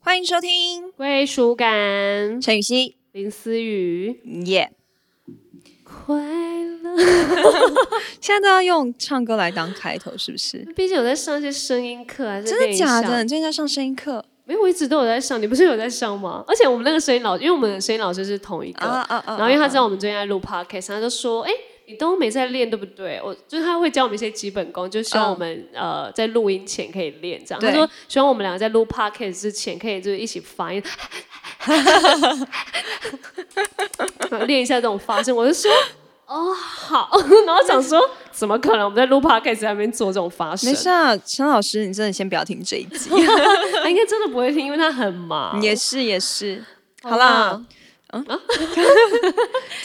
欢迎收听归属感，陈雨希，林思雨，耶、快乐。现在都要用唱歌来当开头，是不 是？毕竟有在上一些声音课啊，真在练的一假下的？？你最近在上声音课没有，我一直都有在上。你不是有在上吗？而且我们那个声音老，因为我们的声音老师是同一个，啊啊然后因为他知道我们最近在录 podcast，他就说：“哎、你都没在练，对不对？”我就是他会教我们一些基本功，就希望我们、呃在录音前可以练这样。嗯对他说希望我们两个在录 podcast 之前可以就是一起发音， 练一下这种发声。我就说。哦，好， 然后想说，怎么可能？我们在录 podcast 在那边做这种发声没，事啊，陈老师，你真的先不要听这一集，他应该真的不会听，因为他很忙。也是也是。好啊好啦，嗯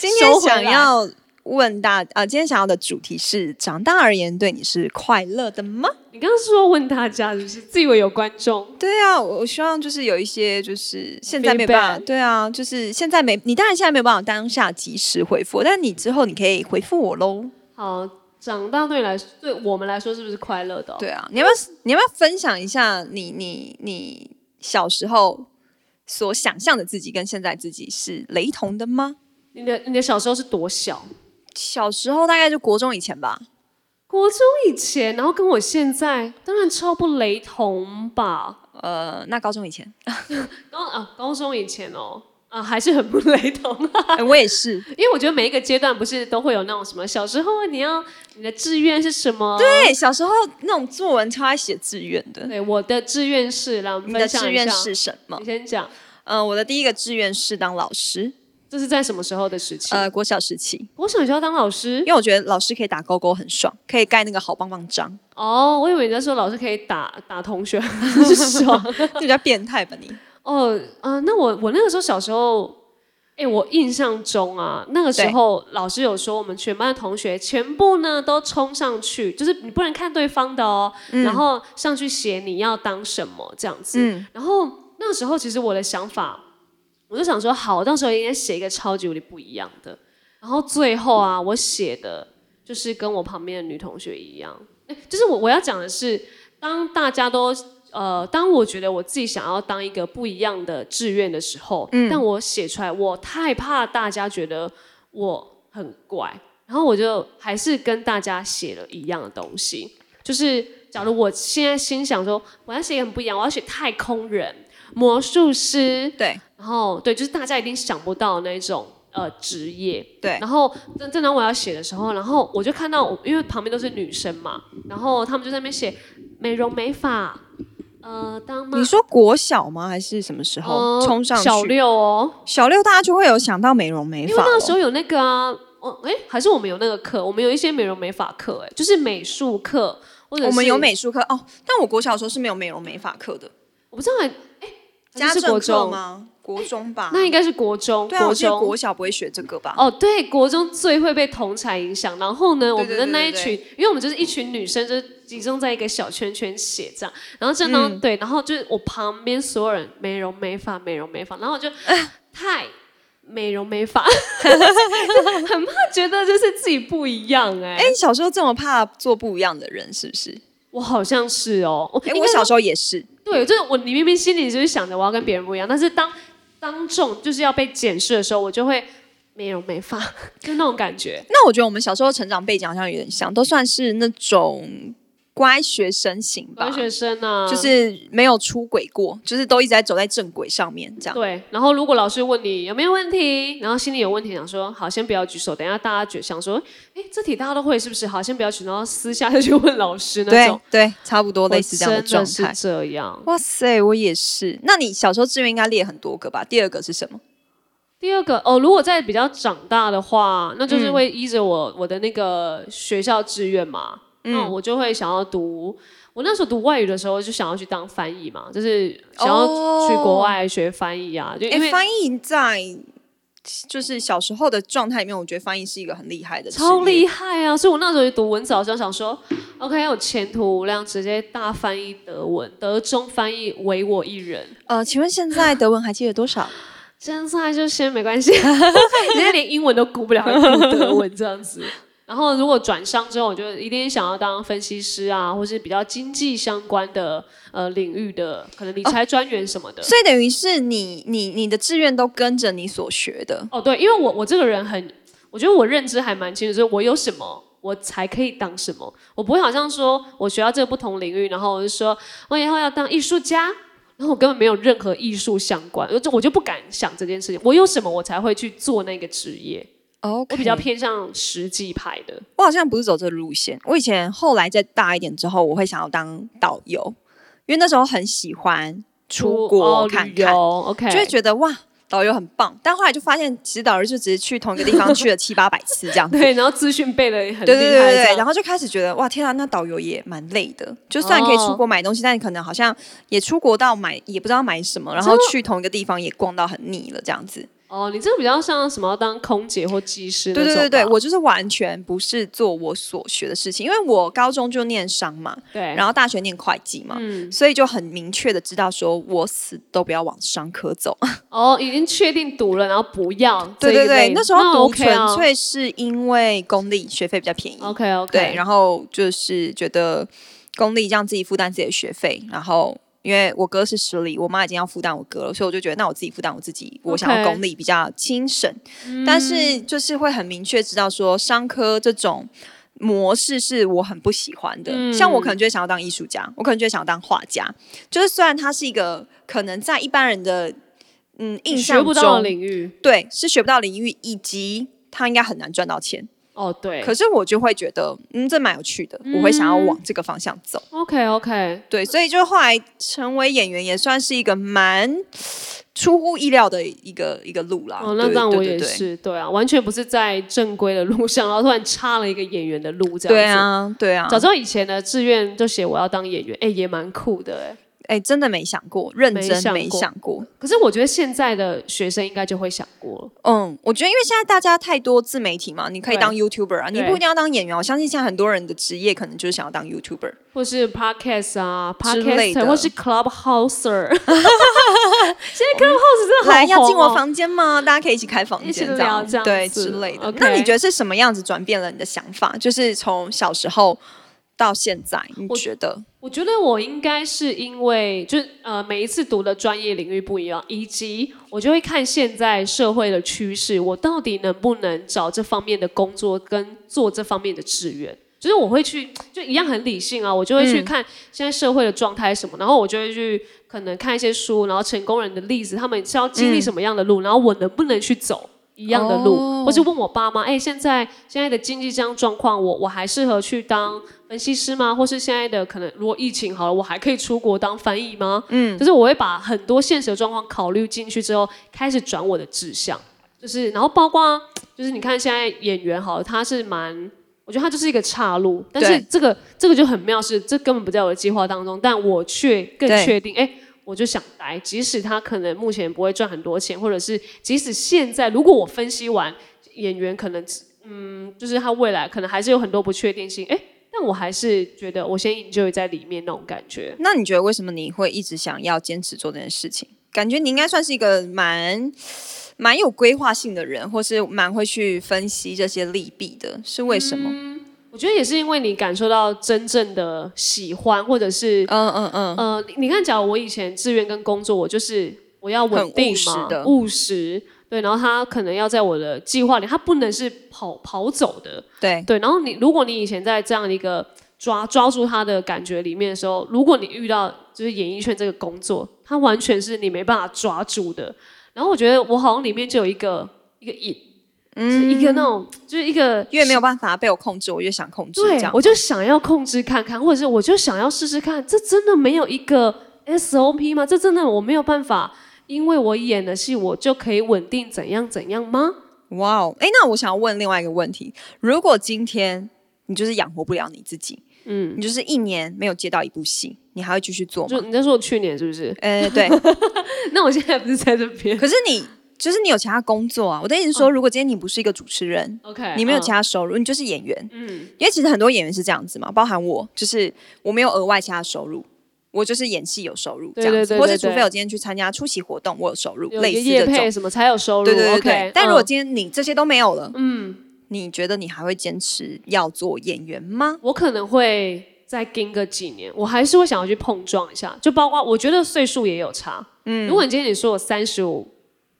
今天收回想来要问大啊，今天想要的主题是：长大而言，对你是快乐的吗？你刚刚说问大家，就是自以为有观众，对啊，我我希望就是有一些，就是现在没 Feedback 办法，对啊，就是现在没，你当然现在没有办法当下及时回复，但你之后你可以回复我喽。好，长大对你来，对我们来说是不是快乐的、哦？对啊，你要不要你要不要分享一下你你你小时候所想象的自己跟现在自己是雷同的吗？你的你的小时候是多小？小时候大概就国中以前吧，国中以前，然后跟我现在，当然超不雷同吧。呃，那高中以 前，高啊，高中以前哦，啊，还是很不雷同、啊哎我也是， 因为我觉得每一个阶段不是都会有那种什么，小时候你要你的志愿是什么？对，小时候那种作文超爱写志愿的，对，我的志愿是来我们你的分享一下。志愿是什么？你先讲，嗯、我的第一个志愿是当老师，这是在什么时候的时期？呃，国小时期，我小时候当老师因为我觉得老师可以打勾勾很爽，可以盖那个好棒棒章，哦，我以为你在说老师可以打打同 学，是爽。这比较变态吧你？哦，啊、那我我那个时候小时候，哎、我印象中啊，那个时候老师有说，我们全班的同学全部呢都冲上去，就是你不能看对方的哦，然后上去写你要当什么这样子。嗯然后那个时候其实我的想法，我就想说，好，到时候应该写一个超级无敌不一样的。然后最后啊，我写的就是跟我旁边的女同学一样，诶就是我我要讲的是，当大家都呃，当我觉得我自己想要当一个不一样的志愿的时候，但我写出来，我太怕大家觉得我很怪，然后我就还是跟大家写了一样的东西，就是假如我现在心想说，我要写一个很不一样，我要写太空人、魔术师，对然后对，就是大家一定想不到的那种呃职业。对然后正正当我要写的时候，然后我就看到我，因为旁边都是女生嘛，然后他们就在那边写美容美发，呃，当妈你说国小吗？还是什么时候呃冲上去？小六哦，小六大家就会有想到美容美因发哦为咯，那个时候有那个啊，哦，哎，还是我们有那个课，我们有一些美容美发课，哎，就是美术课或者是我们有，美术课哦，但我国小的时候是没有美容美发课的，我不知道哎，还家是政国课中，吗？国中吧，那应该是国中，对啊，我国记得中国小不会学这个吧？哦，对，国中最会被同才影响。然后呢，我对对们的对那一对群，因为我们就是一群女生，就是集中在一个小圈圈写这样。然后正当、嗯对，然后就是我旁边所有人美容美发，美容美发，然后我 就、太美容美发，很怕觉得就是自己不一样哎、哎，你小时候这么怕做不一样的人是不是？我好像是哦，我哎，应我该小时候也是，对，就是我，你明明心里就是想着我要跟别人不一样，但是当当众就是要被检视的时候，我就会美容美发，就那种感觉。那我觉得我们小时候成长背景好像有点像，都算是那种乖学生型吧乖，学生啊，就是没有出轨过，就是都一直在走在正轨上面这样。对，然后如果老师问你有没有问题，然后心里有问题，想说好，先不要举手，等一下大家觉想说，哎，这题大家都会是不是？好，先不要举，然后私下就去问老师那对种。对，差不多我类似这样状真的态是。这样。哇塞，我也是。那你小时候志愿应该列很多个吧？第二个是什么？第二个哦，如果在比较长大的话，那就是会依着我、我的那个学校志愿嘛，那我就会想要读。我那时候读外语的时候，就想要去当翻译嘛，就是想要哦去国外学翻译啊，就因为哎，翻译在就是小时候的状态里面，我觉得翻译是一个很厉害的职业，超厉害啊！所以我那时候读文藻的时候想说，OK，我前途无量，直接大翻译德文，德中翻译唯我一人。呃，请问现在德文还记得多 少？现在就先没关系，人家连英文都顾不了，还顾德文这样子。然后如果转商之后，我就一定想要当分析师啊，或是比较经济相关的呃领域的，可能理财专员什么的。所以等于是你你你的志愿都跟着你所学的，哦，对，因为我我这个人很，我觉得我认知还蛮清楚，就是我有什么。我才可以当什么？我不会好像说我学到这个不同领域，然后我就说我以后要当艺术家，然后我根本没有任何艺术相关，我就我就不敢想这件事情。我有什么我才会去做那个职业？哦，我比较偏向实际派的。我好像不是走这个路线。我以前后来再大一点之后，我会想要当导游，因为那时候很喜欢出国哦看旅游看， ，OK，就会觉得哇，导游很棒。但后来就发现，其实导游就只是去同一个地方去了七八百次这样子。对，然后资讯背的很对对对对这对，样然后就开始觉得哇，天啊，那导游也蛮累的。就虽然可以出国买东西，但可能好像也出国到买也不知道买什么，然后去同一个地方也逛到很腻了这样子。哦，你这个比较像什么当空姐或技师那对种对吧？对对，我就是完全不是做我所学的事情，因为我高中就念商嘛，对，然后大学念会计嘛，所以就很明确的知道说，我死都不要往商科走。哦，已经确定读了，然后不要。 对对对，那时啊候读 OK 啊纯粹是因为公立学费比较便宜， OK OK，对，然后就是觉得公立让自己负担自己的学费，然后。因为我哥是实力，我妈已经要负担我哥了，所以我就觉得那我自己负担我自己，我想要 OK 嗯公立比较轻省。但是就是会很明确知道说商科这种模式是我很不喜欢的。嗯像我可能就会想要当艺术家，我可能就会想要当画家。就是虽然它是一个可能在一般人的嗯印象学中不到的领域。对是学不到领域，以及他应该很难赚到钱。哦，对可是我就会觉得，嗯，这蛮有趣的，我会想要往这个方向走。 ，OK OK，对，所以就后来成为演员也算是一个蛮出乎意料的一个一个路啦。哦，那啊对这样对我对也对是，对啊，完全不是在正规的路上，然后突然插了一个演员的路，这样子。对，啊，对啊，早知道以前的志愿就写我要当演员，哎，也蛮酷的哎。哎、真的没想过，认没真想没过想过。可是我觉得现在的学生应该就会想过了，嗯，我觉得因为现在大家太多自媒体嘛，你可以对当 YouTuber 啊，你对不一定要当演员。我相信现在很多人的职业可能就是想要当 YouTuber。或是 podcast 啊之类，podcast 的或是 clubhouser， 来，好要进红我哦房间吗？大家可以一起开房一起间，聊这样这样对子之类的。 OK 那你觉得是什么样子转变了你的想法？就是从小时候到现在，你我觉得？我觉得我应该是因为就是呃每一次读的专业领域不一样，以及我就会看现在社会的趋势，我到底能不能找这方面的工作跟做这方面的志愿。就是我会去，就一样很理性啊，我就会去看现在社会的状态是什么，然后我就会去可能看一些书，然后成功人的例子，他们是要经历什么样的路，然后我能不能去走一样的路，哦或是问我爸妈，哎、现在现在的经济这样状况，我我还适合去当分析师吗？或是现在的可能，如果疫情好了，我还可以出国当翻译吗？嗯，就是我会把很多现实的状况考虑进去之后，开始转我的志向，就是然后包括就是你看现在演员好了，他是蛮。我觉得他就是一个岔路，但是对这个这个就很妙是，这根本不在我的计划当中，但我却更对确定，哎、我就想来，即使他可能目前不会赚很多钱，或者是即使现在，如果我分析完演员可能，嗯，就是他未来可能还是有很多不确定性，哎、但我还是觉得我先 enjoy 在里面那种感觉。那你觉得为什么你会一直想要坚持做这件事情？感觉你应该算是一个蛮蛮有规划性的人，或是蛮会去分析这些利弊的，是为什么？嗯我觉得也是因为你感受到真正的喜欢，或者是嗯嗯嗯，呃，你你看，假如我以前志愿跟工作，我就是我要很稳务定实嘛，的务实。对，然后他可能要在我的计划里，他不能是跑跑走的。对，对，然后你如果你以前在这样一个抓抓住他的感觉里面的时候，如果你遇到就是演艺圈这个工作，它完全是你没办法抓住的。然后我觉得我好像里面就有一个一个瘾，嗯，一个那种就是一个越没有办法被我控制，我越想控制，这对样，我就想要控制看看，或者是我就想要试试看，这真的没有一个 SOP 吗？这真的我没有办法，因为我演的戏我就可以稳定怎样怎样吗？哇哦，哎，那我想要问另外一个问题：如果今天你就是养活不了你自己，嗯，你就是一年没有接到一部戏，你还会继续做吗就？你在说我去年是 不是？呃， 对。那我现在不是在这边 可是你就是你有其他工作啊。我的意思是说，如果今天你不是一个主持人， ？OK，你没有嗯其他收入，你就是演员，嗯，因为其实很多演员是这样子嘛，包含我，就是我没有额外其他收入。我就是演戏有收入这对样子，对对或者对除对非我今天去参加出席活动，我有收入，有类似业这种配。什么才有收入。对对对 o k 对。但如果今天你这些都没有了，嗯，你觉得你还会坚持要做演员吗？我可能会再跟个几年，我还是会想要去碰撞一下，就包括我觉得岁数也有差。嗯，如果你今天你说我三十五，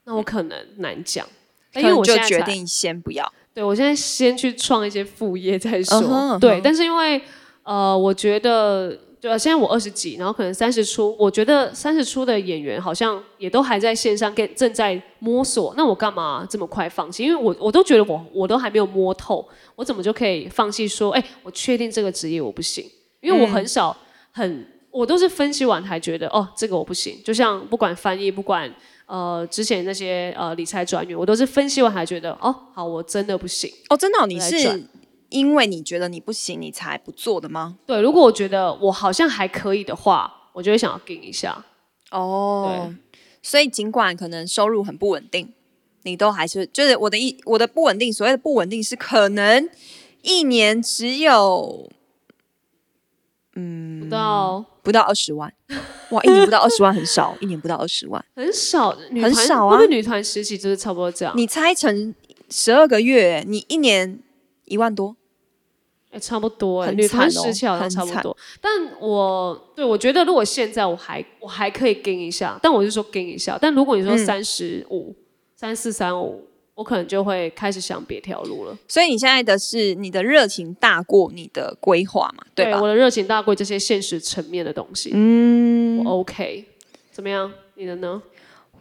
那我可能难讲，哎但因为可能我现就在决才定先不要。对我现在先去创一些副业再说。嗯哼嗯哼对，但是因为呃，我觉得对啊，现在我二十几，然后可能三十出，我觉得三十出的演员好像也都还在线上跟正在摸索。那我干嘛这么快放弃？因为我我都觉得我我都还没有摸透，我怎么就可以放弃说，哎、我确定这个职业我不行？因为我嗯很少很。我都是分析完才觉得，哦，这个我不行。就像不管翻译，不管呃之前那些呃理财专员，我都是分析完才觉得，哦，好，我真的不行。哦，真的哦、你来是转因为你觉得你不行，你才不做的吗？对，如果我觉得我好像还可以的话，我就会想要跟一下。哦，所以尽管可能收入很不稳定，你都还是就是我的一我的不稳定，所谓的不稳定是可能一年只有不到不到二十万，哇，一年不到二十万很少，一年不到二十 万，很少，女很团少啊会不会女团实习就是差不多这样，你拆成十二个月，你一年一万多，哎、差不多、哎，很女团惨哦实习好像很差不惨多。但我对我觉得，如果现在我还我还可以跟一下，但我就说跟一下。但如果你说嗯三十五、三四、三五，我可能就会开始想别条路了。所以你现在的是你的热情大过你的规划嘛，对吧？我的热情大过这些现实层面的东西。嗯，我 OK，怎么样？你的呢？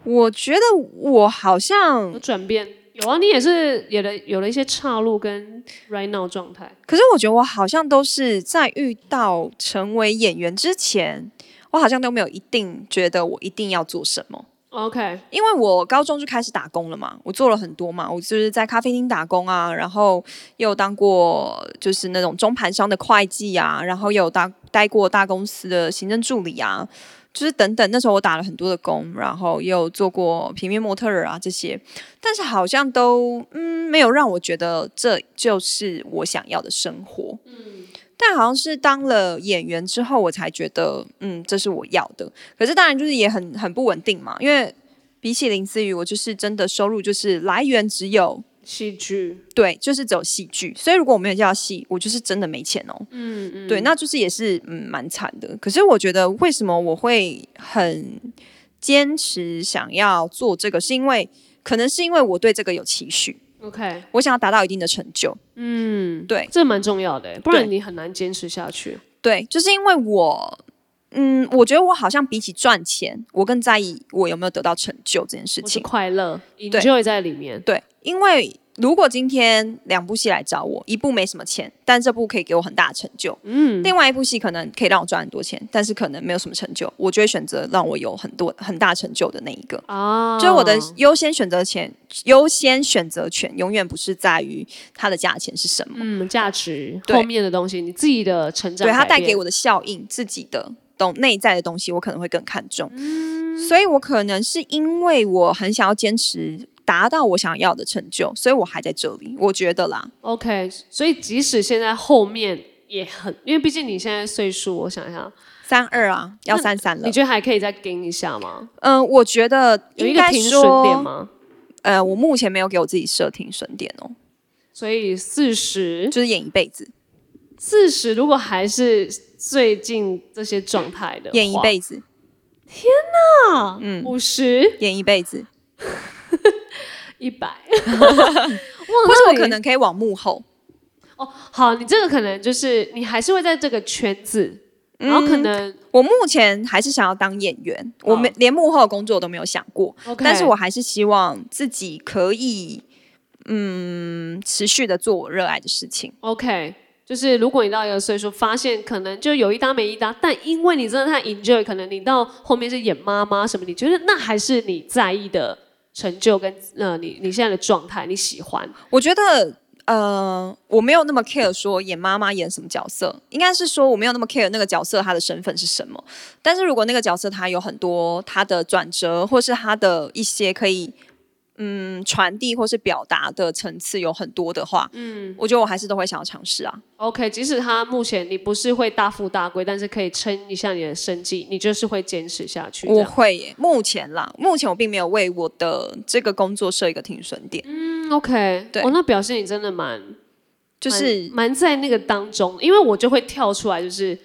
我觉得我好像有转变？有啊，你也是有了有了一些岔路跟 right now 状态。可是我觉得我好像都是在遇到成为演员之前，我好像都没有一定觉得我一定要做什么。 OK，因为我高中就开始打工了嘛，我做了很多嘛，我就是在咖啡厅打工啊，然后也有当过就是那种中盘商的会计啊，然后也有当待过大公司的行政助理啊，就是等等。那时候我打了很多的工，然后也有做过平面模特儿啊这些，但是好像都嗯没有让我觉得这就是我想要的生活。但好像是当了演员之后，我才觉得，嗯，这是我要的。可是当然就是也很很不稳定嘛，因为比起林思雨，我就是真的收入就是来源只有戏剧，对，就是只有戏剧。所以如果我没有叫戏，我就是真的没钱哦。嗯嗯，对，那就是也是嗯蛮惨的。可是我觉得为什么我会很坚持想要做这个，是因为可能是因为我对这个有期许， OK，我想要达到一定的成就。嗯，对这蛮重要的，欸不对然你很难坚持下去。对，就是因为我，嗯，我觉得我好像比起赚钱，我更在意我有没有得到成就这件事我是情。快乐，enjoy 在里面。对，因为如果今天两部戏来找我，一部没什么钱，但这部可以给我很大的成就，嗯，另外一部戏可能可以让我赚很多钱，但是可能没有什么成就，我就会选择让我有很多很大成就的那一个。啊，就是我的优先选择权，优先选择权永远不是在于它的价钱是什么，嗯价值对后面的东西，你自己的成长，对它带给，我的效应，自己的懂内在的东西，我可能会更看重。所以我可能是因为我很想要坚持达到我想要的成就，所以我还在这里。我觉得啦， OK，所以即使现在后面也很，因为毕竟你现在岁数，我想一下，三二啊，要三三了你。觉得还可以再跟一下吗？嗯、我觉得有一应个该停损点说，吗？呃，我目前没有给我自己设停损点哦，嗯所以四十就是演一辈子，四十如果还是最近这些状态的话，演一辈嗯子，五十演一辈子。一百，或是那我你可能可以往幕后，好，你这个可能就是你还是会在这个圈子，然后可嗯能我目前还是想要当演员，我没连幕后的工作都没有想过。 OK，但是我还是希望自己可以，嗯，持续的做我热爱的事情。 OK。就是如果你到一个岁数，发现可能就有一搭没一搭，但因为你真的太 enjoy，可能你到后面是演妈妈什么，你觉得那还是你在意的成就跟呃你你现在的状态，你喜欢我觉得，呃，我没有那么 care 说演妈妈演什么角色，应该是说我没有那么 care 那个角色他的身份是什么。但是如果那个角色他有很多他的转折，或是他的一些可以。嗯，传递或是表达的层次有很多的话，嗯，我觉得我还是都会想要尝试啊。 OK，即使他目前你不是会大富大贵，但是可以撑一下你的生计，你就是会坚持下去。这我样会耶，目前啦，目前我并没有为我的这个工作设一个停损点。嗯 OK，对哦，那表现你真的蛮就是蛮蛮在那个当中，因为我就会跳出来，就是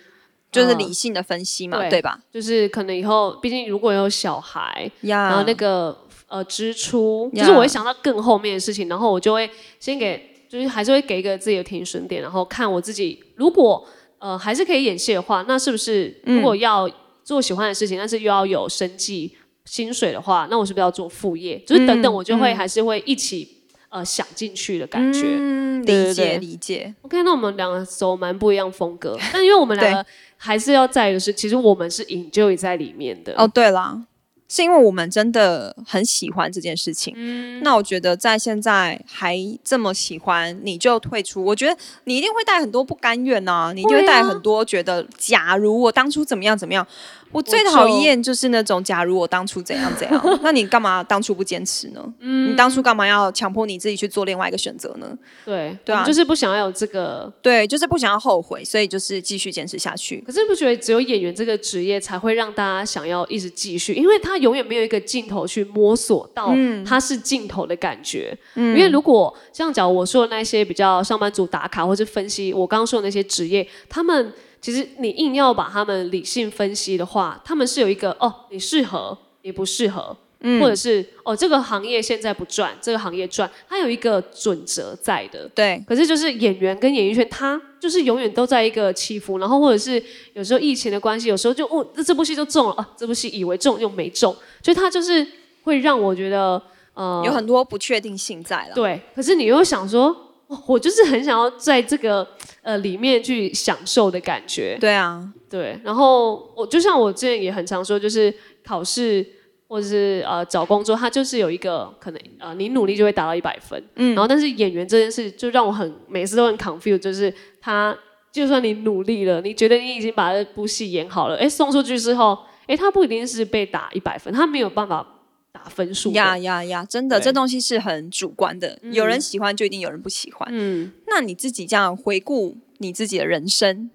就是嗯理性的分析嘛，对对吧？就是可能以后，毕竟如果有小孩，呀、然后那个呃支出，就嗯呀是我会想到更后面的事情，然后我就会先给，就是还是会给一个自己的停损点，然后看我自己如果呃还是可以演戏的话，那是不是嗯如果要做喜欢的事情，但是又要有生计薪水的话，那我是不是要做副业？就是等等，我就会、还是会一起呃想进去的感觉。嗯嗯对对理解对理解， OK，那我们两个走蛮不一样风格，但因为我们两个还是要在于的是，其实我们是 enjoy 在里面的。哦，对啦，是因为我们真的很喜欢这件事情。嗯那我觉得在现在还这么喜欢，你就退出，我觉得你一定会带很多不甘愿呐、你一定会会啊带很多觉得，假如我当初怎么样怎么样。我最就讨厌就是那种，假如我当初怎样怎 样，那你干嘛当初不坚持呢？嗯你当初干嘛要强迫你自己去做另外一个选择呢？对，对啊我们就是不想要有这个。对，就是不想要后悔，所以就是继续坚持下去。可是你不觉得只有演员这个职业才会让大家想要一直继续？因为他永远没有一个尽头去摸索到他是尽头的感觉。因为如果像讲我说的那些比较上班族打卡，或是分析我刚刚说的那些职业，他们其实你硬要把他们理性分析的话，他们是有一个哦，你适合，你不适合。嗯或者是哦，这个行业现在不赚，这个行业赚，它有一个准则在的。对，可是就是演员跟演艺圈，他就是永远都在一个起伏，然后或者是有时候疫情的关系，有时候就哦，这这部戏就中了啊，这部戏以为中又没中，所以他就是会让我觉得呃，有很多不确定性在了。对，可是你又想说，哦我就是很想要在这个呃里面去享受的感觉，对啊，对。然后我就像我之前也很常说，就是考试或者是呃找工作，它就是有一个可能呃你努力就会达到一百分，嗯。然后但是演员这件事就让我很每次都很 confused，就是他就算你努力了，你觉得你已经把这部戏演好了，哎送出去之后，哎他不一定是被打一百分，他没有办法打分数的。呀呀呀！真的，对这东西是很主观的，有人喜欢就一定有人不喜欢。嗯，那你自己这样回顾你自己的人生，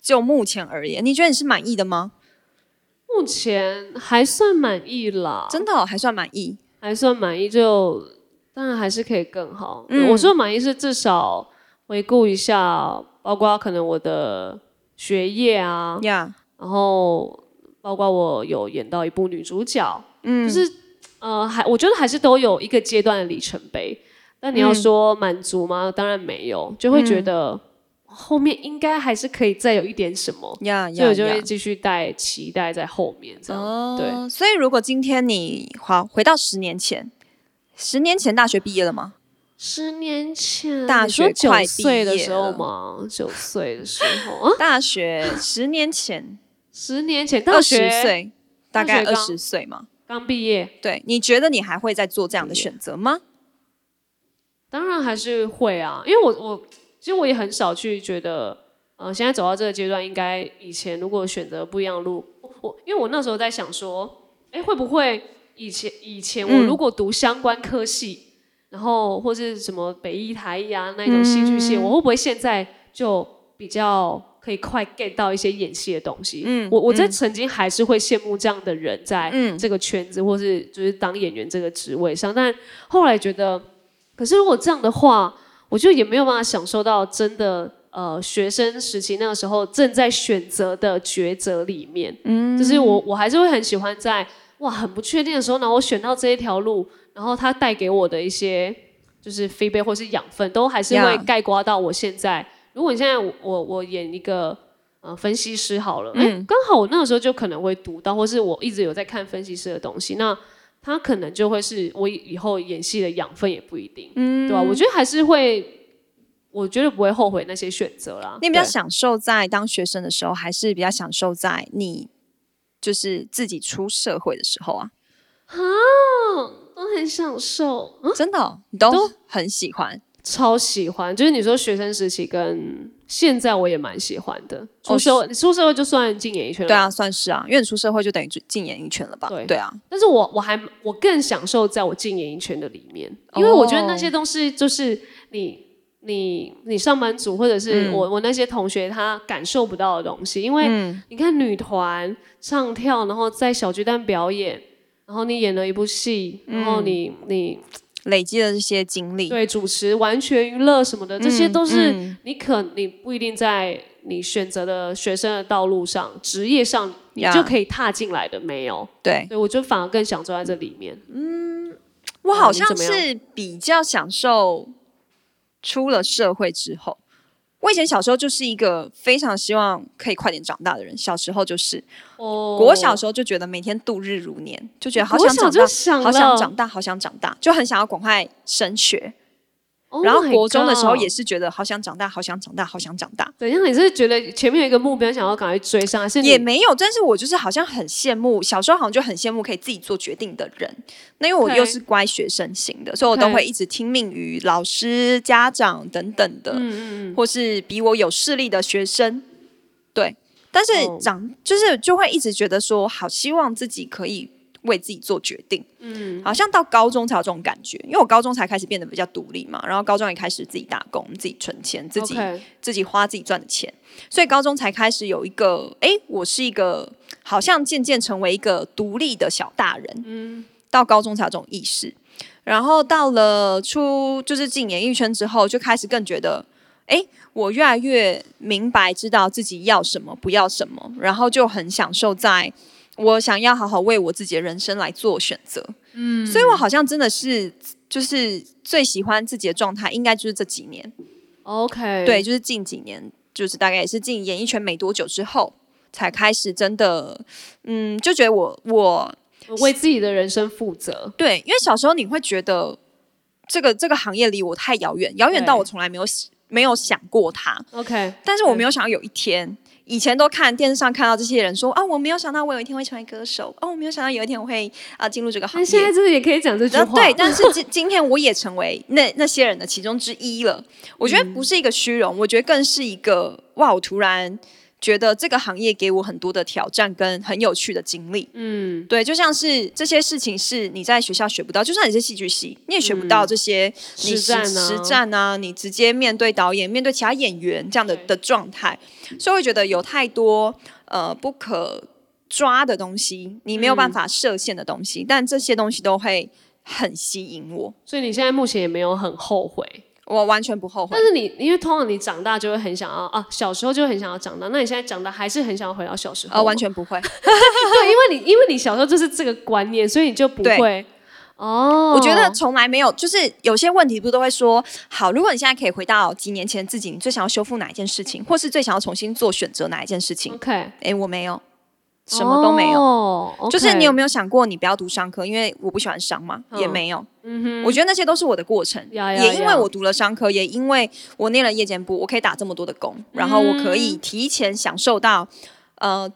就目前而言，你觉得你是满意的吗？目前还算满意啦，真的哦、还算满意。还算满意就，当然还是可以更好。嗯我说满意是至少回顾一下，包括可能我的学业啊，呀、然后包括我有演到一部女主角，嗯，就是呃，还我觉得还是都有一个阶段的里程碑。但你要说满足吗？当然没有，就会觉得嗯后面应该还是可以再有一点什么，呀所以呀我就会呀！继续带期待在后面这样。对，哦，所以如果今天你好回到十年前，十年前大学毕业了吗？十年前，大你说学九快毕岁的业时候了吗？九岁的时候啊，大学十年前，十年前大 二十学岁，大大概学二刚十岁嘛。刚毕业，对，你觉得你还会再做这样的选择吗？当然还是会啊，因为我我其实我也很少去觉得，呃，现在走到这个阶段，应该以前如果选择不一样的路，我因为我那时候在想说，哎，会不会以前以前我嗯如果读相关科系，然后或是什么北医台艺啊那一种戏剧系，我会不会现在就比较可以快 get 到一些演戏的东西？嗯，我我在曾经还是会羡慕这样的人在嗯这个圈子，或是就是当演员这个职位上，但后来觉得，可是如果这样的话，我就也没有办法享受到真的。呃，学生时期那个时候正在选择的抉择里面，嗯，就是我我还是会很喜欢在哇很不确定的时候，然后我选到这一条路，然后它带给我的一些就是 feedback 或是养分，都还是会 Yeah 盖刮到我现在。如果你现在我我我演一个呃分析师好了，哎、刚好我那个时候就可能会读到，或是我一直有在看分析师的东西，那他可能就会是我以以后演戏的养分也不一定，对吧、我觉得还是会，我绝对不会后悔那些选择啦。你比较对享受在当学生的时候，还是比较享受在你就是自己出社会的时候啊？嗯都很享受，嗯真的哦、你都很喜欢超喜欢。就是你说学生时期跟现在我也蛮喜欢的。出社会，你出社会就算进演艺圈了，哦对啊，算是啊，因为你出社会就等于进进演艺圈了吧？对啊，但是我我还我更享受在我进演艺圈的里面，哦因为我觉得那些东西就是你你你上班族或者是嗯我、我那些同学他感受不到的东西，因为嗯你看女团唱嗯跳，然后在小巨蛋表演，然后你演了一部戏，然后你、你累积的这些经历，对主持、完全娱乐什么的，这些嗯都是嗯你可你不一定在你选择的学生的道路上、职业上，你呀就可以踏进来的，没有。对对，我就反而更享受在这里面。我嗯好你像怎么样是比较享受出了社会之后。我以前小时候就是一个非常希望可以快点长大的人，小时候就是，哦国小时候就觉得每天度日如年，就觉得好国想小长就大，想好想了长大，好想长大，就很想要赶快升学。 Oh 然后 my 国中的时候 God 也是觉得好想长大，好想长大，好想长大，等一下，你是觉得前面有一个目标，想要赶快追上，还是也你没有。但是我就是好像很羡慕，小时候好像就很羡慕可以自己做决定的人。那因为我 OK 又是乖学生型的，所以我都 OK 会一直听命于老师、家长等等嗯的，或是比我有势力的学生。对，但是哦长、就是就会一直觉得说，好希望自己可以为自己做决定。嗯，好像到高中才有这种感觉，因为我高中才开始变得比较独立嘛，然后高中也开始自己打工、自己存钱、自己 OK 自己花自己赚的钱，所以高中才开始有一个，哎，我是一个好像渐渐成为一个独立的小大人。嗯，到高中才有这种意识，然后到了出就是进演艺圈之后，就开始更觉得，哎，我越来越明白知道自己要什么，不要什么，然后就很享受在。我想要好好为我自己的人生来做选择，嗯，所以我好像真的是就是最喜欢自己的状态，应该就是这几年， OK？对，，就是近几年，就是大概也是进演艺圈没多久之后，才开始真的，嗯，就觉得我我为自己的人生负责。对，因为小时候你会觉得这个这个行业离我太遥远，遥远到对我从来没有没有想过它， OK，但是我对没有想到有一天。以前都看电视上看到这些人说啊，我没有想到我有一天会成为歌手，啊，我没有想到有一天我会啊进入这个行那现在业。真的也可以讲这句然话。后呃对，但是今 今天我也成为那那些人的其中之一了。我觉得不是一个虚嗯荣，我觉得更是一个哇！我突然觉得这个行业给我很多的挑战跟很有趣的经历。嗯，对，就像是这些事情是你在学校学不到，就算你是戏剧系，你也学不到这些你嗯实战呢实战啊，你直接面对导演、面对其他演员这样的对的状态，所以我觉得有太多呃不可抓的东西，你没有嗯办法设限的东西，但这些东西都会很吸引我，所以你现在目前也没有很后悔。我完全不后悔但。是你，因为通常你长大就会很想要啊，小时候就会很想要长大。那你现在长大还是很想要回到小时候吗？哦呃，完全不会。嗯对，因为你因为你小时候就是这个观念，所以你就不对会。哦，我觉得从来没有，就是有些问题不都会说，好，如果你现在可以回到几年前自己，你最想要修复哪一件事情，或是最想要重新做选择哪一件事情？ OK，诶，我没有，什么都没有。哦，OK 就是你有没有想过，你不要读商科，因为我不喜欢商嘛，嗯也没有。我觉得那些都是我的过程，呀呀也因为呀我读了商科，也因为我念了夜间部，我可以打这么多的工，然后我可嗯以提前享受到，呃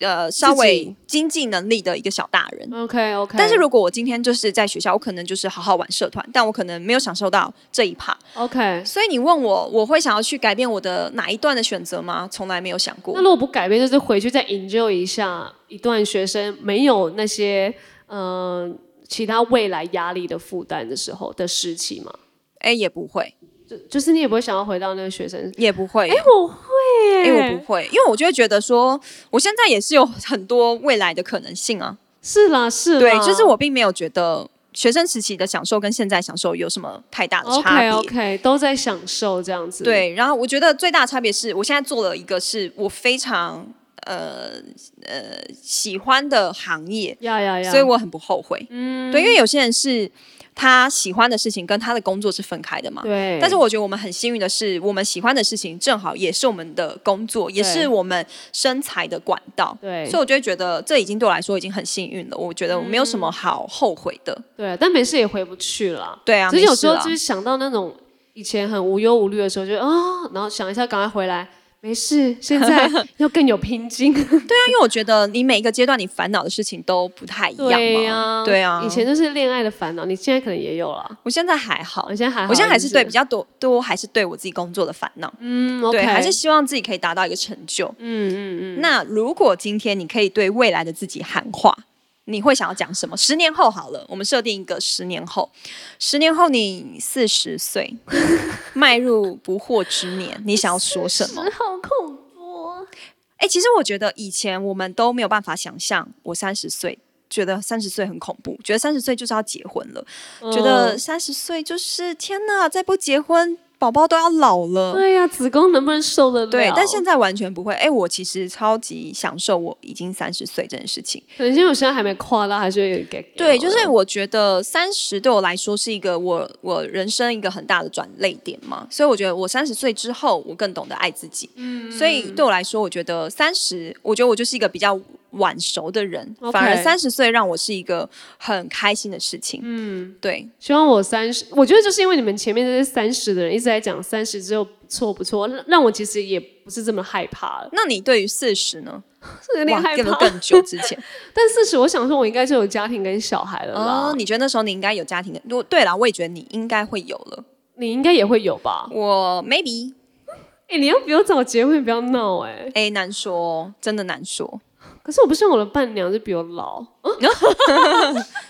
呃，稍自己微经济能力的一个小大人。 OK OK，但是如果我今天就是在学校，我可能就是好好玩社团，但我可能没有享受到这一趴。 OK，所以你问我，我会想要去改变我的哪一段的选择吗？从来没有想那过。如果不改变，就是回去再 enjoy 一下一段学生没有那些嗯、呃其他未来压力的负担的时候的时期嘛，哎、也不会，就就是你也不会想要回到那个学生。也不会。哎、我会哎、耶、我不会，因为我就会觉得说，我现在也是有很多未来的可能性啊。是啦是啦，对，就是啊我并没有觉得学生时期的享受跟现在享受有什么太大的差别。 OK OK 都在享受这样子。，对，然后我觉得最大的差别是我现在做了一个是我非常呃呃喜欢的行业，呀呀呀，所以我很不后悔。啊嗯，对，因为有些人是他喜欢的事情跟他的工作是分开的嘛。对，但是我觉得我们很幸运的是，我们喜欢的事情正好也是我们的工作，也是我们生财的管道。对所以我就会觉得这已经对我来说已经很幸运了。我觉得我没有什么好后悔的。对，但没事也回不去了。对啊，嗯只是有时候没事啦就是想到那种以前很无忧无虑的时候就，啊、然后想一下赶快回来，没事，现在要更有拼劲。对啊，因为我觉得你每一个阶段你烦恼的事情都不太一样嘛。对呀、对啊以前就是恋爱的烦恼，你现在可能也有了。我现在还好我，现在还好，我现在还是不对比较多多还是对我自己工作的烦恼。嗯，OK，对，还是希望自己可以达到一个成就。嗯嗯嗯，那如果今天你可以对未来的自己喊话，你会想要讲什么？十年后好了，我们设定一个十年后，十年后你四十 岁，迈入不惑之年，你想要说什么？嗯好恐怖哦。哎、其实我觉得以前我们都没有办法想象我三十岁觉得三十岁很恐怖，觉得三十岁就是要结婚了，嗯觉得三十岁就是天哪，再不结婚宝宝都要老了。对呀、子宫能不能受得了？对，但现在完全不会。哎，我其实超级享受我已经三十岁这件事情。可能因为我现在还没跨到，还是有点 gay。对，就是我觉得三十对我来说是一个我我人生一个很大的转捩点嘛，所以我觉得我三十岁之后，我更懂得爱自己。嗯，所以对我来说，我觉得三十，我觉得我就是一个比较晚熟的人 OK 反而三十岁让我是一个很开心的事情。嗯，对，希望我三十，我觉得就是因为你们前面这些三十的人一直在讲三十之后不错不错，让让我其实也不是这么害怕 了，那你对于四十呢？是有点哇害有没有怕。更久之 前但四十，我想说，我应该就有家庭跟小孩了啦。哦，你觉得那时候你应该有家庭的？如果对啦，我也觉得你应该会有了。你应该也会有吧？我 maybe 哎、你要不要早结婚？不要闹哎、哎，难说哦，真的难说。可是我不希望我的伴娘就比我老。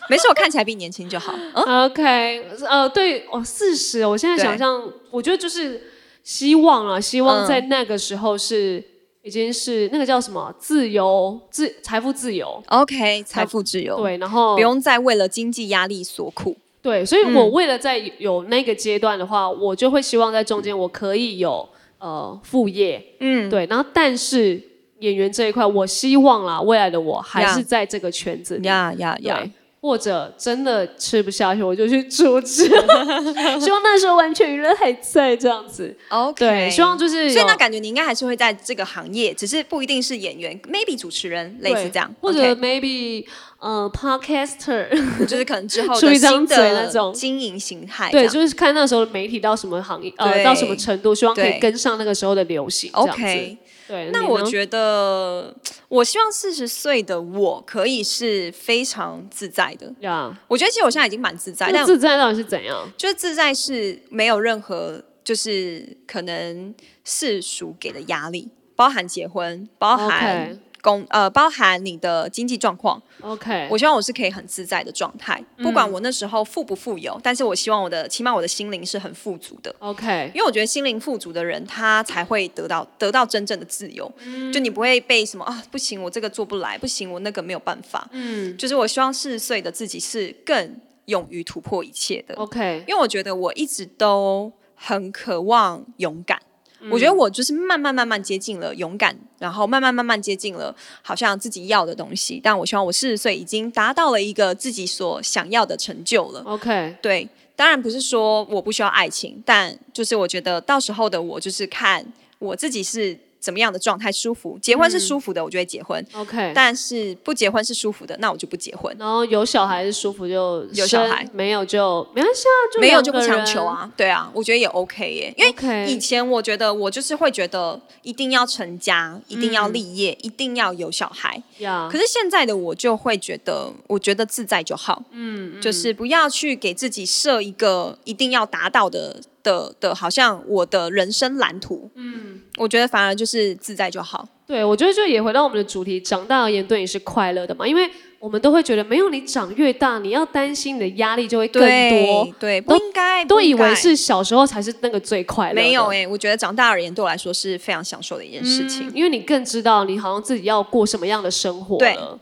没事，我看起来比你年轻就好。哦 OK，呃，对，哦，四十，我现在对想象，我觉得就是希望啊，希望嗯在那个时候是、已经是那个叫什么自由自财富自由， OK，财富自由，对，然后不用再为了经济压力所苦。对，所以嗯我为了在有那个阶段的话，我就会希望在中间我可以有呃副业，嗯，对，然后但是演员这一块，我希望啦，未来的我还呀是在这个圈子里呀呀呀对，，或者真的吃不下去，我就去 主持。希望那时候完全娱乐还在这样子。 ，OK，对，希望就是有所以那感觉你应该还是会在这个行业，只是不一定是演员，maybe 主持人，类似对这样，或者 OK， maybe 呃 podcaster， 就是可能之后出的一张新嘴的那种经营形态，对，这样就是看那时候的媒体到什么行业，呃，对到什么程度，希望可以对跟上那个时候的流行。这样子 OK。对，那你我呢觉得，我希望四十岁的我可以是非常自在的。呀，我觉得其实我现在已经蛮自在，那但自在到底是怎样？就是自在是没有任何就是可能世俗给的压力，包含结婚，包含 OK 工呃，包含你的经济状况。 OK，嗯我希望我是可以很自在的状态，不管我那时候富不富有，但是我希望我的起码我的心灵是很富足的。 OK，因为我觉得心灵富足的人，他才会得到得到真正的自由。嗯就你不会被什么啊，不行，我这个做不来，不行，我那个没有办法。嗯就是我希望四十岁的自己是更勇于突破一切的。 ，OK，因为我觉得我一直都很渴望勇敢。嗯我觉得我就是慢慢慢慢接近了勇敢，然后慢慢慢慢接近了好像自己要的东西。但我希望我四十岁已经达到了一个自己所想要的成就了。 OK，对，当然不是说我不需要爱情，但就是我觉得到时候的我就是看我自己是怎么样的状态舒服。结嗯婚是舒服的，我就会结婚； OK，但是不结婚是舒服的，那我就不结婚。然后有小孩是舒服就有小生孩没有就没关系啊，就没有两就个不强人求。啊，对啊，我觉得也 OK 耶，因为 OK 以前我觉得我就是会觉得一定要成家，一定嗯要立业，一定要有小孩。呀可是现在的我就会觉得，我觉得自在就好，嗯，就是不要去给自己设一个一定要达到的的的，好像我的人生蓝图，嗯，我觉得反而就是自在就好，对，我觉得就也回到我们的主题，长大而言对你是快乐的嘛？因为我们都会觉得，没有你长越大，你要担心你的压力就会更多对，对，不都应该都不应以为该是小时候才是那个最快乐的。没有哎、我觉得长大而言对我来说是非常享受的一件事情。嗯因为你更知道你好像自己要过什么样的生活对了。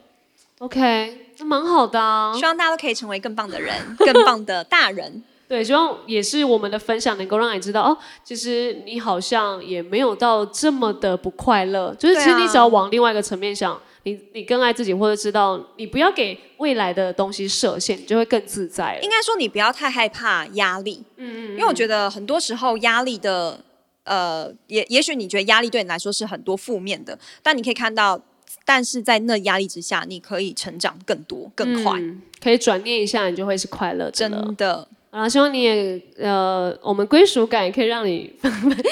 OK，那蛮好的啊。希望大家都可以成为更棒的人，更棒的大人。对，希望也是我们的分享能够让你知道哦，其实你好像也没有到这么的不快乐，就是其实对啊你只要往另外一个层面想，你你更爱自己，或者知道你不要给未来的东西设限，你就会更自在了应。该说，你不要太害怕压力，嗯嗯，因为我觉得很多时候压力的，呃，也也许你觉得压力对你来说是很多负面的，但你可以看到，但是在那压力之下，你可以成长更多、更快，嗯，可以转念一下，你就会是快乐的了。真的。啊，希望你也呃，我们归属感也可以让你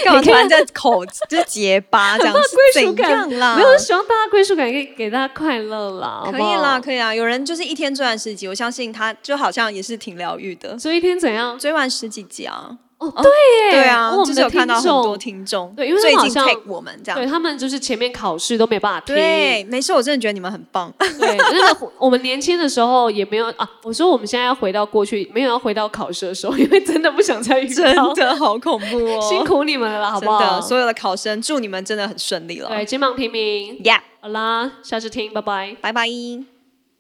干嘛突然在 口就是结巴这样子？归属怎感样啦？没有，希望大家归属感可以给大家快乐啦，好可不以啦，好。可以啦。有人就是一天追完十集，我相信他就好像也是挺疗愈的，所以一天怎样？追完十几集啊。哦，对耶，对啊，我就们是的有看到很听众多听众，对因为他最们近好像 tag 我们这对样，他们就是前面考试都没办法听。对，没事，我真的觉得你们很棒，对，那个我们年轻的时候也没有啊。我说我们现在要回到过去，没有要回到考试的时候，因为真的不想再 遇真到。的好恐怖哦，辛苦你们了啦，好不真好的，？所有的考生，祝你们真的很顺利了，对，金榜题名。 ，Yeah，好啦，下次听，拜拜。拜拜。